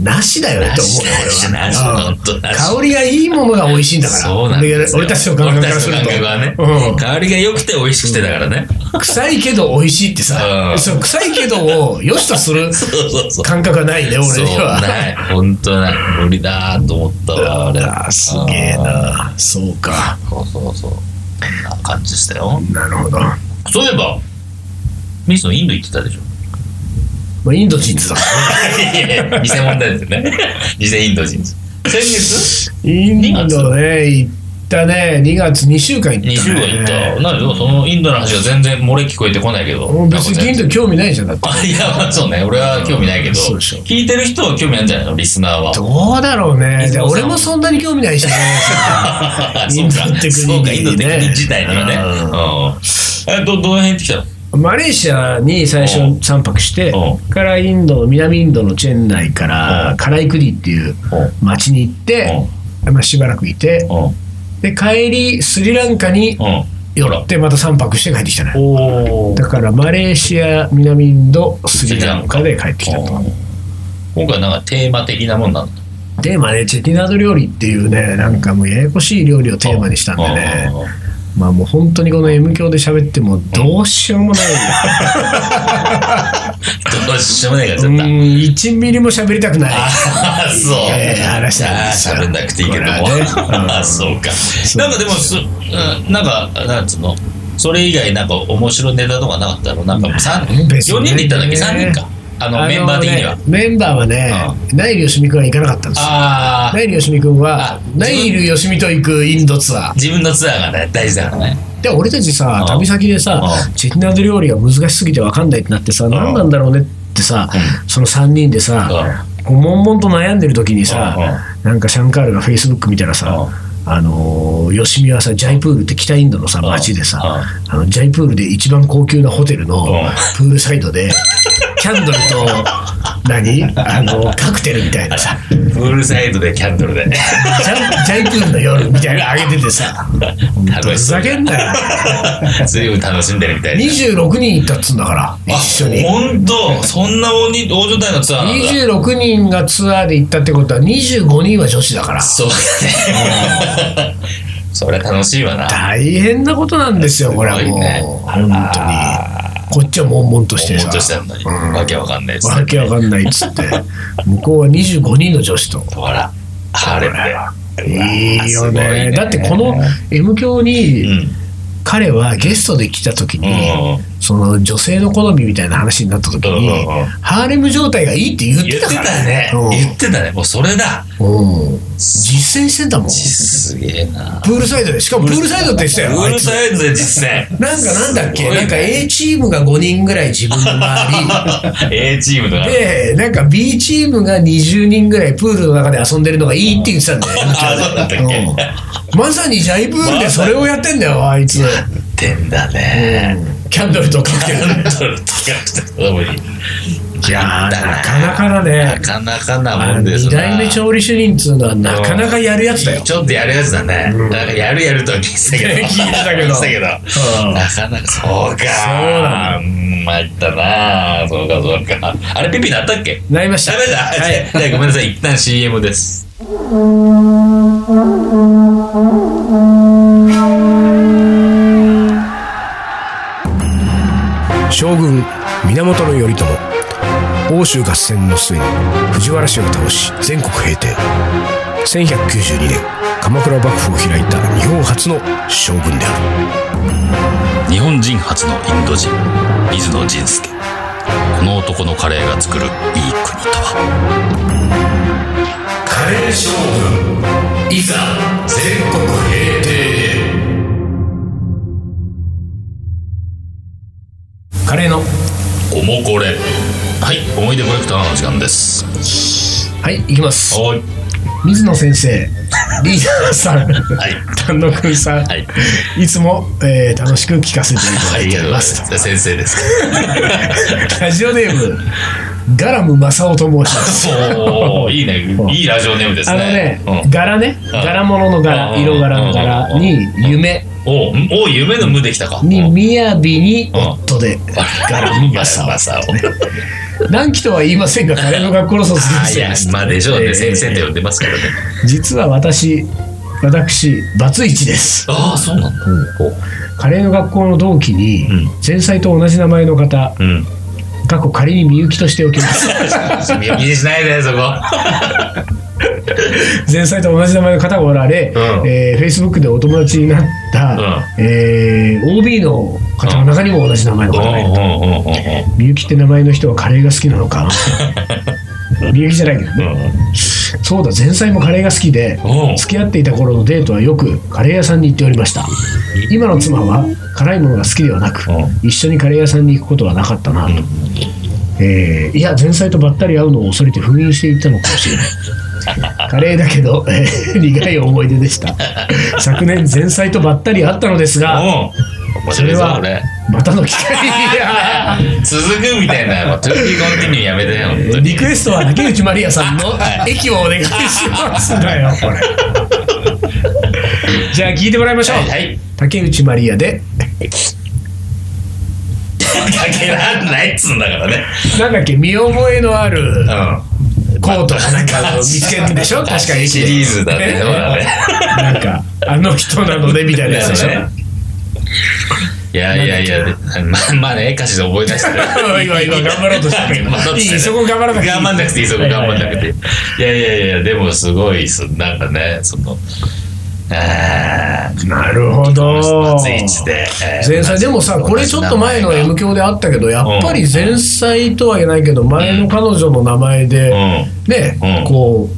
Speaker 1: なしだよねって思うよ
Speaker 2: なしなし
Speaker 1: 俺は
Speaker 2: ほんとなし
Speaker 1: 香りがいいものが美味しいんだから
Speaker 2: そうなんですよ
Speaker 1: 俺たちの感覚からする
Speaker 2: 俺
Speaker 1: と
Speaker 2: たちの感覚はね、
Speaker 1: う
Speaker 2: 香りが良くて美味しくてだからね。
Speaker 1: ん臭いけど美味しいってさ、
Speaker 2: うん
Speaker 1: そう臭いけどを良しとする
Speaker 2: そうそうそう。
Speaker 1: 感覚がないね俺
Speaker 2: そう
Speaker 1: には
Speaker 2: ない、本当ない、無理だーと思ったわ、あれ。
Speaker 1: あーすげえなそうか
Speaker 2: そうそうそう。こんな感じでしたよ。
Speaker 1: なるほど、ま
Speaker 2: そういえば、ミスのインド行ってた
Speaker 1: <laughs>
Speaker 2: でしょ。
Speaker 1: あ、インド人ってさ
Speaker 2: いやいや、偽物ですよね。偽インド人。先月
Speaker 1: インドね行ったね2月2週間行った、ね、
Speaker 2: ?2 週間行った。なんでよそのインドの話が全然漏れ聞こえてこないけど。
Speaker 1: もう別にインド興味ないじゃんだって
Speaker 2: あいや、まあそうね。俺は興味ないけど、
Speaker 1: そうでしょ
Speaker 2: 聞いてる人は興味あるんじゃないのリスナーは。
Speaker 1: どうだろうね。
Speaker 2: 水野さん
Speaker 1: 俺もそんなに興味
Speaker 2: <laughs>
Speaker 1: ないしね。
Speaker 2: そ
Speaker 1: イン
Speaker 2: う
Speaker 1: ド
Speaker 2: か
Speaker 1: っ、て
Speaker 2: そうか、イ
Speaker 1: 国に
Speaker 2: ンドって
Speaker 1: ね
Speaker 2: 国自体にはね。うん。え、ど、どの辺行ってきたの
Speaker 1: マレーシアに最初
Speaker 2: うん
Speaker 1: 3泊して
Speaker 2: う、
Speaker 1: からインドの、南インドのチェンナイから
Speaker 2: うん
Speaker 1: カライクディっていう町に行って、まあ、しばらくいて、
Speaker 2: うん。
Speaker 1: で、帰り、スリランカに
Speaker 2: うん。
Speaker 1: 寄って、また3泊して帰ってきたね。
Speaker 2: お
Speaker 1: だから、マレーシア、南インド、スリランカで帰ってきたと。
Speaker 2: 今回なんかテーマ的なもんなんだ。
Speaker 1: で、マレーチェティナード料理っていうね、なんかもうややこしい料理をテーマにしたんでね。まあもう本当にこの M 教で喋ってもどうしようも
Speaker 2: <laughs>
Speaker 1: ないよ
Speaker 2: <laughs> どうしようもないから、
Speaker 1: う
Speaker 2: ちょっと。
Speaker 1: ん、1ミリも喋りたくない。
Speaker 2: <laughs> ああ、そう。
Speaker 1: ええ話なんですよ
Speaker 2: ああ喋んなくていいけども。
Speaker 1: これはね
Speaker 2: ああ、 <laughs> そうか。
Speaker 1: す
Speaker 2: なんかでも、すうんなんか、なんつうの、それ以外なんか面白いネタとかなかったのなんか三、4
Speaker 1: 別にね
Speaker 2: 人で行ったんだっけ ?3 人か。あの、メンバー的には。
Speaker 1: あのねメンバーはね、ナイル・ヨシミ君は行かなかったんですよ。
Speaker 2: ああ
Speaker 1: ナイル・ヨシミ君は
Speaker 2: あ、
Speaker 1: ナイル・ヨシミと行くインドツア
Speaker 2: 自分のツアーがね大事だからね
Speaker 1: ー。で、俺たちさ、
Speaker 2: うん
Speaker 1: 旅先でさ
Speaker 2: う、
Speaker 1: チェティナード料理が難しすぎて分かんないってなってさ、何なんだろうねってさ、その3人でさ、こう悶々と悩んでる時にさ、なんかシャンカールがフェイスブック見たらさ、あのー、ヨシミはさ、ジャイプールって北インドのさ、
Speaker 2: ん
Speaker 1: 街でさ、あのジャイプールで一番高級なホテルの
Speaker 2: ん
Speaker 1: プールサイドで、キャンド
Speaker 2: <laughs>
Speaker 1: ルと、何あの、カクテルみたいなさ、
Speaker 2: プールサイドでキャンドルで
Speaker 1: ジャジャイプールの夜みたいなのあげててさ、ふ
Speaker 2: 楽しそ
Speaker 1: ざ
Speaker 2: う
Speaker 1: けんなよ。
Speaker 2: 随分楽しんでるみたいな
Speaker 1: 26人行ったっつうんだから、一緒に。
Speaker 2: 本当そんな大人大所帯のツアーなんだ
Speaker 1: 26人がツアーで行ったってことは、25人は女子だから。
Speaker 2: そうだね <laughs> それ楽しいわな
Speaker 1: 大変なことなんですよ、これは
Speaker 2: す
Speaker 1: も
Speaker 2: ご
Speaker 1: う。
Speaker 2: いね
Speaker 1: 本当に。こっちは悶々として
Speaker 2: 思
Speaker 1: さ
Speaker 2: うと。したのに、
Speaker 1: うん
Speaker 2: わけわかんないです
Speaker 1: わけわかんないっつって。向こうは25人の女子と。
Speaker 2: ほらあれって
Speaker 1: いいよ
Speaker 2: すごい
Speaker 1: ね。だってこの M 教
Speaker 2: うん
Speaker 1: に彼はゲストで来た時
Speaker 2: うん
Speaker 1: に、その女性の好みみたいな話になった時に
Speaker 2: うんうんうん、
Speaker 1: ハーレム状態がいいって言っ
Speaker 2: 言ってて
Speaker 1: たから
Speaker 2: たね
Speaker 1: うん
Speaker 2: 言ってたねもうそれだ
Speaker 1: うん実践してたもん。
Speaker 2: すげえな
Speaker 1: プールサイドで。しかもプールサイドって言ってた
Speaker 2: プ
Speaker 1: よ。あ
Speaker 2: ー
Speaker 1: い
Speaker 2: ル
Speaker 1: つ
Speaker 2: サイドで実践
Speaker 1: なんかなんだっ
Speaker 2: す
Speaker 1: け
Speaker 2: ごいね
Speaker 1: なんか A チームが5人ぐらい自分の周り。
Speaker 2: <laughs> A チームとか
Speaker 1: で、なんか B チームが20人ぐらいプールの中で遊んでるのがいいって言ってたんだよ、
Speaker 2: <laughs> あそうだったっけ
Speaker 1: うんまさにジャイプールでそれをやってんだよ、あいつ。
Speaker 2: ってんだね
Speaker 1: キャンドルとカク
Speaker 2: キ
Speaker 1: テ
Speaker 2: ャ
Speaker 1: ル。
Speaker 2: ンドルとかしてともに
Speaker 1: いやー、なかなかだ
Speaker 2: な
Speaker 1: ね。
Speaker 2: かなかなもんです
Speaker 1: 2
Speaker 2: な
Speaker 1: 代目調理主任っつうのはなかなかやるやつだよ。
Speaker 2: ちょっとやるやつだね、
Speaker 1: うん
Speaker 2: なんかやるやるとは聞いてたけ
Speaker 1: <laughs>
Speaker 2: ど
Speaker 1: 聞いてたけど
Speaker 2: 聞いてたけど
Speaker 1: うん
Speaker 2: なかなかそうか
Speaker 1: そうな
Speaker 2: うん参ったなそうかそうかあれピピなったっけ
Speaker 1: なりました。
Speaker 2: ダメだ、
Speaker 1: はい。
Speaker 2: <laughs> じゃあごめんなさい一旦 CM です
Speaker 3: 「将軍源頼朝欧州合戦の末に藤原氏を倒し全国平定1192年鎌倉幕府を開いた日本初の将軍であ
Speaker 4: 日本人初のインド人水野仁介この男のカレーが作るいい国とは
Speaker 2: カレー将軍いざ全国平定
Speaker 3: るカレーの
Speaker 2: おもこれはい思い出コレクターの時間です
Speaker 1: はい、いきます。
Speaker 2: はい
Speaker 1: 水野先生、リーダーさ
Speaker 2: <laughs>
Speaker 1: ん、
Speaker 2: はい
Speaker 1: 丹野くんさん、
Speaker 2: はいい、
Speaker 1: つも、えー楽しく聞かせていた
Speaker 2: あ
Speaker 1: だい
Speaker 2: りが
Speaker 1: ており
Speaker 2: とうございま
Speaker 1: ます。
Speaker 2: す先生です
Speaker 1: ラジオネーム、ガラム正雄と申します。
Speaker 2: おーいいねいいラジオネームです
Speaker 1: あの
Speaker 2: ね
Speaker 1: ね、
Speaker 2: うん
Speaker 1: 柄ね、
Speaker 2: うん
Speaker 1: 柄物の柄、
Speaker 2: うん
Speaker 1: 色柄の柄に夢、
Speaker 2: おーおー夢の無できたか
Speaker 1: に
Speaker 2: おー
Speaker 1: 雅に夫で、柄の
Speaker 2: マ
Speaker 1: 正
Speaker 2: サ
Speaker 1: <laughs>
Speaker 2: マサを
Speaker 1: 雄。何期とは言いませんが、彼の学校の卒業
Speaker 2: あい
Speaker 1: 生
Speaker 2: や
Speaker 1: です。
Speaker 2: まあでしょう
Speaker 1: え
Speaker 2: ね
Speaker 1: ー
Speaker 2: 先生って呼んでますからね
Speaker 1: 実は私、私、バツイチです。
Speaker 2: ああそうなんだお
Speaker 1: カレーの学校の同期に
Speaker 2: うん
Speaker 1: 前妻と同じ名前の方
Speaker 2: うん
Speaker 1: 過去仮にみゆきとしておきます
Speaker 2: <laughs> 見見にしないでそこ
Speaker 1: 前妻と同じ名前の方がおられ、
Speaker 2: うん
Speaker 1: えー、Facebook でお友達になった、えー OB の方の中にも同じ名前の
Speaker 2: うん
Speaker 1: 方
Speaker 2: うん
Speaker 1: がいる
Speaker 2: うんうんうん
Speaker 1: みゆきって名前の人はカレーが好きなのかみゆきじゃないけどね
Speaker 2: う
Speaker 1: そうだ前妻もカレーが好きで
Speaker 2: おう
Speaker 1: 付き合っていた頃のデートはよくカレー屋さんに行っておりました今の妻は辛いものが好きではなく
Speaker 2: う
Speaker 1: 一緒にカレー屋さんに行くことはなかったなと、えーいや前妻とばったり会うのを恐れて封印していたのかもしれない
Speaker 2: <laughs>
Speaker 1: カレーだけど、えー苦い思い出でした昨年前妻とばったり会ったのですが
Speaker 2: ん面
Speaker 1: そ
Speaker 2: 白
Speaker 1: れ
Speaker 2: いぞ
Speaker 1: は
Speaker 2: こ
Speaker 1: <laughs>
Speaker 2: れ
Speaker 1: またの機会いや
Speaker 2: 続くみたいなもう To be continue やめてよ本当
Speaker 1: ー
Speaker 2: に
Speaker 1: リクエストは竹内まりやさんの
Speaker 2: は
Speaker 1: 駅をお願いしますだよ
Speaker 2: <laughs>
Speaker 1: これじゃあ聞いてもらいましょう、
Speaker 2: はいはい
Speaker 1: 竹内まりやで
Speaker 2: かけらんないっつうんだからね
Speaker 1: なんだっけ見覚えのある
Speaker 2: う
Speaker 1: コートかなんかを見つけるんでし
Speaker 2: <laughs>
Speaker 1: ょ確かに
Speaker 2: んシリーズだねそうだね
Speaker 1: なんかあの人なのでみたいなやつでしょ
Speaker 2: だよねいやいやいやま <laughs> あまあね歌詞で覚え出した
Speaker 1: <laughs>
Speaker 2: ら
Speaker 1: 今今頑張ろうとしたけ
Speaker 2: <laughs>
Speaker 1: ど
Speaker 2: 頑張ろうとした
Speaker 1: いいそこ頑張らなくていい
Speaker 2: 頑張んなくていいそこ頑張んなくていい
Speaker 1: はい
Speaker 2: やいやいやでもすごいっすなんかねそのあー
Speaker 1: なるほど
Speaker 2: スイッチでえー
Speaker 1: 前菜でもさこれちょっと前の M 教であったけどやっぱり前菜とは言えないけど前の彼女の名前でね
Speaker 2: うん
Speaker 1: こ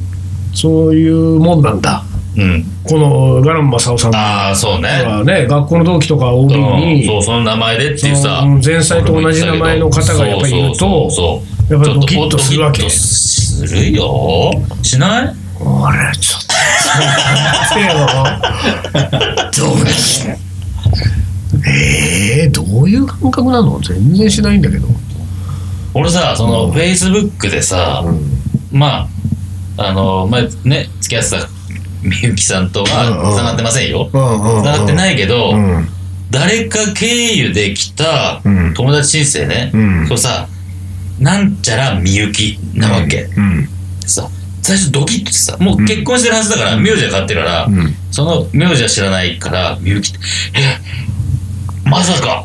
Speaker 1: うそういうもんなんだ
Speaker 2: うんうん
Speaker 1: このガランマサオさん
Speaker 2: ああそうね
Speaker 1: はね学校の同期とか OB
Speaker 2: うん
Speaker 1: に
Speaker 2: そうその名前でっていうさ
Speaker 1: うん前妻と同じ名前の方がやっぱりいると
Speaker 2: そうそうそう
Speaker 1: やっぱりドキッとするわけ
Speaker 2: ちょっとドキッとするよしない
Speaker 1: あれちょっと
Speaker 2: <laughs>
Speaker 1: 待ってよどうえー、どういう感覚なの全然しないんだけど
Speaker 2: 俺さそのフェイスブックでさ、まああの前ね付き合ってたみゆきさんと
Speaker 1: うんうん
Speaker 2: はつながってませんよ
Speaker 1: うんうん
Speaker 2: つながって
Speaker 1: い
Speaker 2: ないけど、
Speaker 1: うん
Speaker 2: 誰か経由で来た
Speaker 1: うん
Speaker 2: 友達申請ね、
Speaker 1: うん
Speaker 2: そうさなんちゃらみゆきなわけ、
Speaker 1: うん
Speaker 2: さ最初ドキッとしてさもう結婚してるはずだから、名字は変わってるから、
Speaker 1: うん
Speaker 2: その名字は知らないからみゆきってえまさか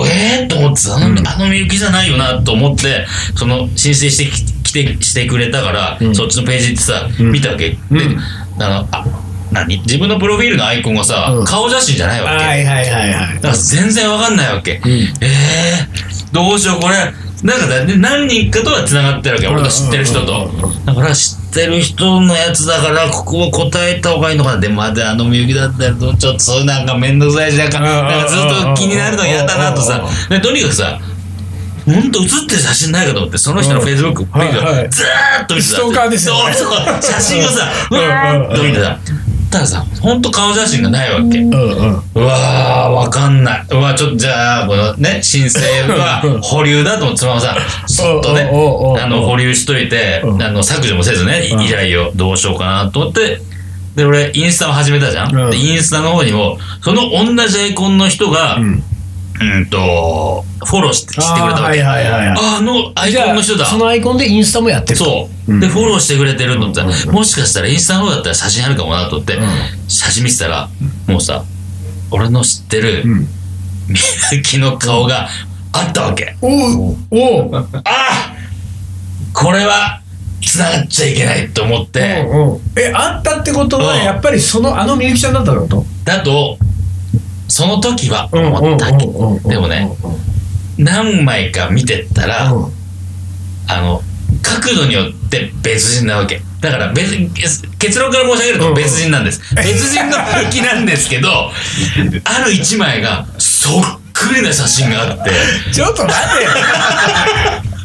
Speaker 2: えー、と思ってさあの,、あのみゆきじゃないよなと思ってその申請してき来てしてくれたから、そっちのページ行ってさ、見たわけ、で
Speaker 1: うん
Speaker 2: あのあ何自分のプロフィールのアイコンがさ、
Speaker 1: うん
Speaker 2: 顔写真じゃないわけ、
Speaker 1: はいはいはいは
Speaker 2: だから全然わかんないわけ、
Speaker 1: ん
Speaker 2: えー、どうしようこれなんかだね何人かとはつながってるわけ俺が知ってる人とだから知ってる人のやつだからここを答えた方がいいのかなでもまだあのみゆきだったらどうちょっとそうなんか面倒くさいしなんか
Speaker 1: うんうんうんうん
Speaker 2: なんかずっと気になるの嫌だなと
Speaker 1: うん
Speaker 2: さ
Speaker 1: うん
Speaker 2: でとにかくさほんと写ってる写真ないかと思ってその人の
Speaker 1: うん
Speaker 2: フェイスブック
Speaker 1: はいはい
Speaker 2: ずーっと見てた
Speaker 1: ストーカーですよね
Speaker 2: そうそう写真をさ
Speaker 1: うんうんうん
Speaker 2: わーっと見てたたださほんと顔写真がないわけ、
Speaker 1: いうんうん
Speaker 2: うわー、わかんない。うわー、ちょっと、じゃあ、このね、申請は保留だと思って、そのままさ、そっとね
Speaker 1: おうおうおうおう、
Speaker 2: あの、保留しといて、
Speaker 1: うん
Speaker 2: あの、削除もせずね、
Speaker 1: うん
Speaker 2: 依頼をどうしようかなと思って、で、俺、インスタも始めたじゃん。
Speaker 1: うん
Speaker 2: でインスタの方にも、その同じアイコンの人が、うん、と、フォローしてしてくれたわけ。
Speaker 1: あーはいはいはいはい
Speaker 2: あの、アイコンの人だ。
Speaker 1: そのアイコンでインスタもやってる
Speaker 2: そう。で、フォローしてくれてるのって、もしかしたらインスタの方だったら写真あるかもなと思って、写真見てたら、もうさ、俺の知ってる、みゆきの顔が、あったわけ。
Speaker 1: おうおう
Speaker 2: ああこれは、繋がっちゃいけないと思って、
Speaker 1: うんうんえあったってことは
Speaker 2: うん
Speaker 1: やっぱりそのあのみゆきちゃんだったのと
Speaker 2: だと、その時は思ったわけ。でもね、何枚か見てったら、
Speaker 1: うん
Speaker 2: あの、角度によって別人なわけ。だから別、結論から申し上げると別人な
Speaker 1: <laughs>
Speaker 2: んです。別人の武器なんですけど、ある一枚がそっくりな写真があって、
Speaker 1: ちょっと待て
Speaker 2: <laughs>
Speaker 1: よ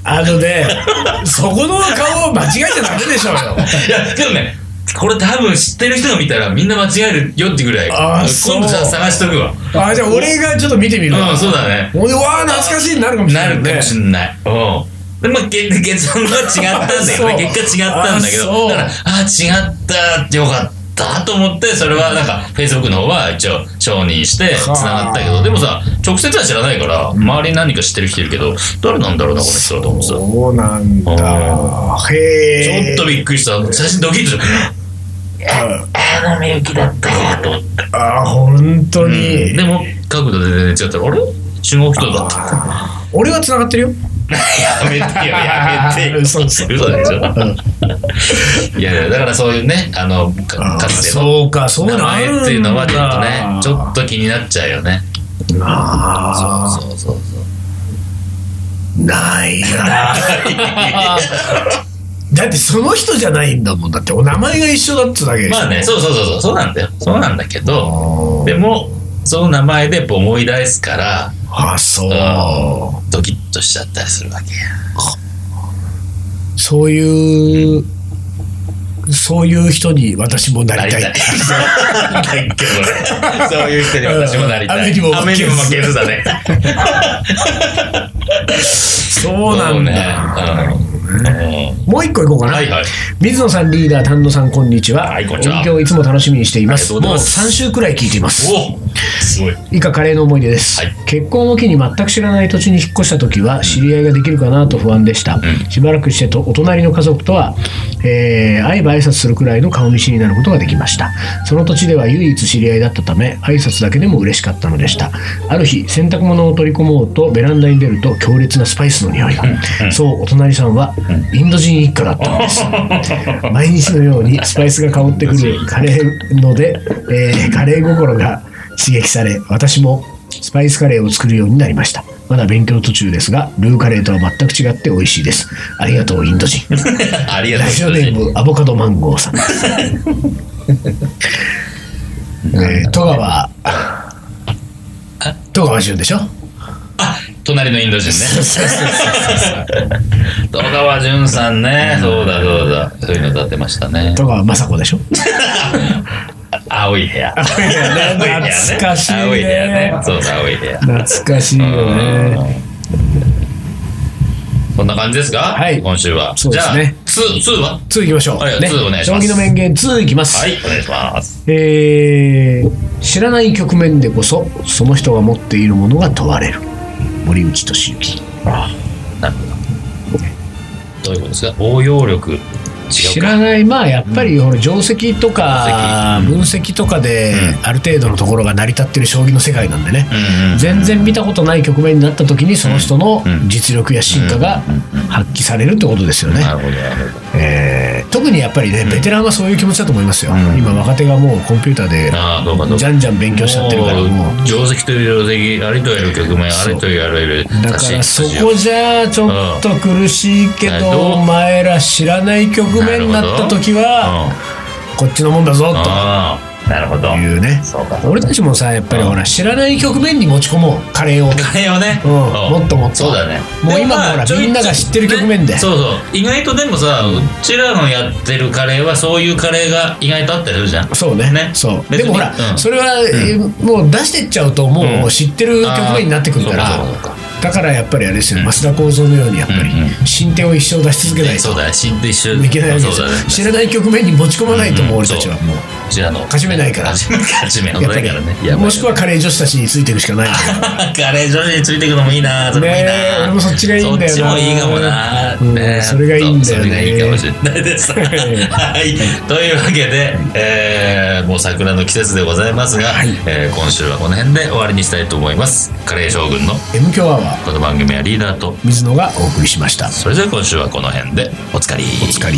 Speaker 1: あのねそこの顔を間違えちゃダメでしょうよ
Speaker 2: いや、でもね、これ多分知ってる人が見たらみんな間違えるよってぐらい、
Speaker 1: あーそう
Speaker 2: 今度さ探しとくわ。
Speaker 1: あじゃあ俺がちょっと見てみるわ
Speaker 2: うん、そうだね。
Speaker 1: 俺わあ懐かしいになるかもしれ
Speaker 2: な
Speaker 1: ない
Speaker 2: るかもしんない。うん。で、まあ、け結論は違ったんだけど、
Speaker 1: あ
Speaker 2: ね、
Speaker 1: <laughs> そう
Speaker 2: 結果違ったんだけ
Speaker 1: あそ
Speaker 2: ど、
Speaker 1: う
Speaker 2: だから、ああ、違ったってよかったと思って、それはなんか、Facebook の方は一応承認して、
Speaker 1: はあ
Speaker 2: 繋がったけど、でもさ、直接は知らないから、周りに何か知ってる人いるけど、誰なんだろうな、この人はと思ってさ。
Speaker 1: そうなんだ
Speaker 2: ちょ
Speaker 1: へえ
Speaker 2: っとびっくりした。写真ドキッとした。あのみゆきだったかと思って。
Speaker 1: あ本当に、
Speaker 2: でも、角度で全然違ったら、あれ中国人だった。
Speaker 1: 俺は繋がってるよ
Speaker 2: やめてよ、やめ
Speaker 1: <laughs>
Speaker 2: てよ。
Speaker 1: 嘘嘘
Speaker 2: 嘘でしょ。いやいや、だからそういうね、あの、かかつての
Speaker 1: そうかそう
Speaker 2: 名
Speaker 1: な
Speaker 2: 前
Speaker 1: るんだ
Speaker 2: っていうのは、ちょっとね、ちょっと気になっちゃうよね。
Speaker 1: ああ
Speaker 2: そうそうそう。
Speaker 1: ないな <laughs> だってその人じゃないんだもんだってお名前が一緒だっつうだけでしょ、
Speaker 2: まあね、そうそうそうそう、そうなんだよ。そうなんだけど、
Speaker 1: あ
Speaker 2: でも、その名前でやっぱ思い出すから、
Speaker 1: ーあそう、
Speaker 2: うんドキッとしちゃったりするわけや。
Speaker 1: そういうそういう人に私もなりたい
Speaker 2: だっけどねそういう人に私もなりたい。
Speaker 1: 雨にも負けず
Speaker 2: 雨にも負けずだね。
Speaker 1: そうなんだ、
Speaker 2: そうね。うん
Speaker 1: もう一個いこうかな、
Speaker 2: はいはい。
Speaker 1: 水野さんリーダー丹野さんこんにちは、
Speaker 2: はいこんにちは
Speaker 1: 音響をいつも楽しみにしています
Speaker 2: ありがとうございます
Speaker 1: もう3週くらい聞いています
Speaker 2: おすごい。
Speaker 1: 以下カレーの思い出です、
Speaker 2: はい
Speaker 1: 結婚を機に全く知らない土地に引っ越した時は知り合いができるかなと不安でした、しばらくしてとお隣の家族とは、えー会えば挨拶するくらいの顔見知りになることができましたその土地では唯一知り合いだったため挨拶だけでも嬉しかったのでしたある日洗濯物を取り込もうとベランダに出ると強烈なスパイスの匂いが、そうお隣さんはインド人一家だったん <laughs> です
Speaker 2: <laughs>
Speaker 1: 毎日のようにスパイスが香ってくるカレーので、えーカレー心が刺激され私もスパイスカレーを作るようになりましたまだ勉強途中ですがルーカレーとは全く違って美味しいですありがとうインド人
Speaker 2: ありがと
Speaker 1: ラ
Speaker 2: うご
Speaker 1: ジ
Speaker 2: ざ
Speaker 1: オネ
Speaker 2: い
Speaker 1: ーム
Speaker 2: ま
Speaker 1: アボカドマンゴー
Speaker 2: <laughs>
Speaker 1: さんです、えー、戸川戸川潤でしょ
Speaker 2: す。隣のインド人ね。戸川淳さんね。そうだそうだ。そういうの歌ってましたね。
Speaker 1: 戸川雅子でし
Speaker 2: <laughs>
Speaker 1: ょ
Speaker 2: 青い部屋。青い部
Speaker 1: 屋ね懐かしいね
Speaker 2: 青い部屋ね。そうだ、青い部屋。
Speaker 1: 懐かしいよね
Speaker 2: こんな感じですか
Speaker 1: はい
Speaker 2: 今週は。
Speaker 1: そうですね
Speaker 2: じゃあ、2、2は
Speaker 1: 2いきましょう、
Speaker 2: はい
Speaker 1: ね
Speaker 2: ツーお願いし
Speaker 1: 将
Speaker 2: ます
Speaker 1: 棋の名言2いきます、
Speaker 2: はい、お願いします。
Speaker 1: えー知らない局面でこそその人が持っているものが問われる森内俊之
Speaker 2: なるほど。どういうことですか応用力。違う
Speaker 1: 知
Speaker 2: か。
Speaker 1: らないまあやっぱりほら定石とか分析とかである程度のところが成り立ってる将棋の世界なんでね
Speaker 2: うんうん。
Speaker 1: 全然見たことない局面になった時にその人の
Speaker 2: うん
Speaker 1: 実力や進化が発揮されるってことですよね
Speaker 2: な。るほど、なるほど。
Speaker 1: えー特にやっぱりねベテランはそういう気持ちだと思いますよ。
Speaker 2: ん
Speaker 1: 今若手がもうコンピューターで
Speaker 2: ああ、どうかどうか
Speaker 1: じ。ゃんじゃん勉強しちゃってるからもう
Speaker 2: もう定石という定石ありとあらゆる局面ありとあらゆる
Speaker 1: だからそこじゃちょっと苦しいけ
Speaker 2: うん
Speaker 1: ど、
Speaker 2: うん
Speaker 1: お前ら知らない局面になった時はこっちのもんだぞ
Speaker 2: ああなるほど
Speaker 1: というね
Speaker 2: そうか
Speaker 1: 俺たちもさやっぱり
Speaker 2: うん
Speaker 1: ほら知らない局面に持ち込もうカレーをね
Speaker 2: カレーをね、
Speaker 1: うんもっともっと
Speaker 2: そうだね
Speaker 1: もう今も
Speaker 2: で
Speaker 1: ほら
Speaker 2: ちょい
Speaker 1: みんなが知ってる局面で
Speaker 2: ねそうそう意外とでもさうちらのやってるカレーはそういうカレーが意外とあったりするじゃん
Speaker 1: そうね
Speaker 2: ね
Speaker 1: そう
Speaker 2: 別
Speaker 1: で
Speaker 2: に
Speaker 1: もほら、
Speaker 2: うん
Speaker 1: それは、えもう出してっちゃうとも
Speaker 2: うん
Speaker 1: う知ってる局面になってくるから
Speaker 2: あーそうかそうか
Speaker 1: だからやっぱりあれですよ、
Speaker 2: うん
Speaker 1: 増田幸三のようにやっぱり、
Speaker 2: うんう
Speaker 1: 進展を一生出し続けないと
Speaker 2: そうだね死んで一緒
Speaker 1: いけないわけで
Speaker 2: そう
Speaker 1: すよ
Speaker 2: だね
Speaker 1: 知らない局面に持ち込まないともう
Speaker 2: うん
Speaker 1: 俺たちはもう
Speaker 2: そうちらの。
Speaker 1: 勝ち目ない
Speaker 2: <laughs>
Speaker 1: から
Speaker 2: 勝ち目勝ち目はないからね。やばい
Speaker 1: もしくはカレー女子たちについていくしかない
Speaker 2: カレー女子についていくのもいいなそれもいいな
Speaker 1: ねえ俺もそっちがいいんだよな
Speaker 2: そっちもいいかもな、
Speaker 1: うん
Speaker 2: ねえ
Speaker 1: それがいいんだよね
Speaker 2: それがいいかもしれないです。はいはい。というわけで、えーもう桜の季節でございますが、えー今週はこの辺で終わりにしたいと思います。カレー将軍の <laughs>
Speaker 1: M 強アワー
Speaker 2: この番組はリーダーと、
Speaker 1: 水野がお送りしました
Speaker 2: それでは今週はこの辺でおつかり。
Speaker 1: お疲れ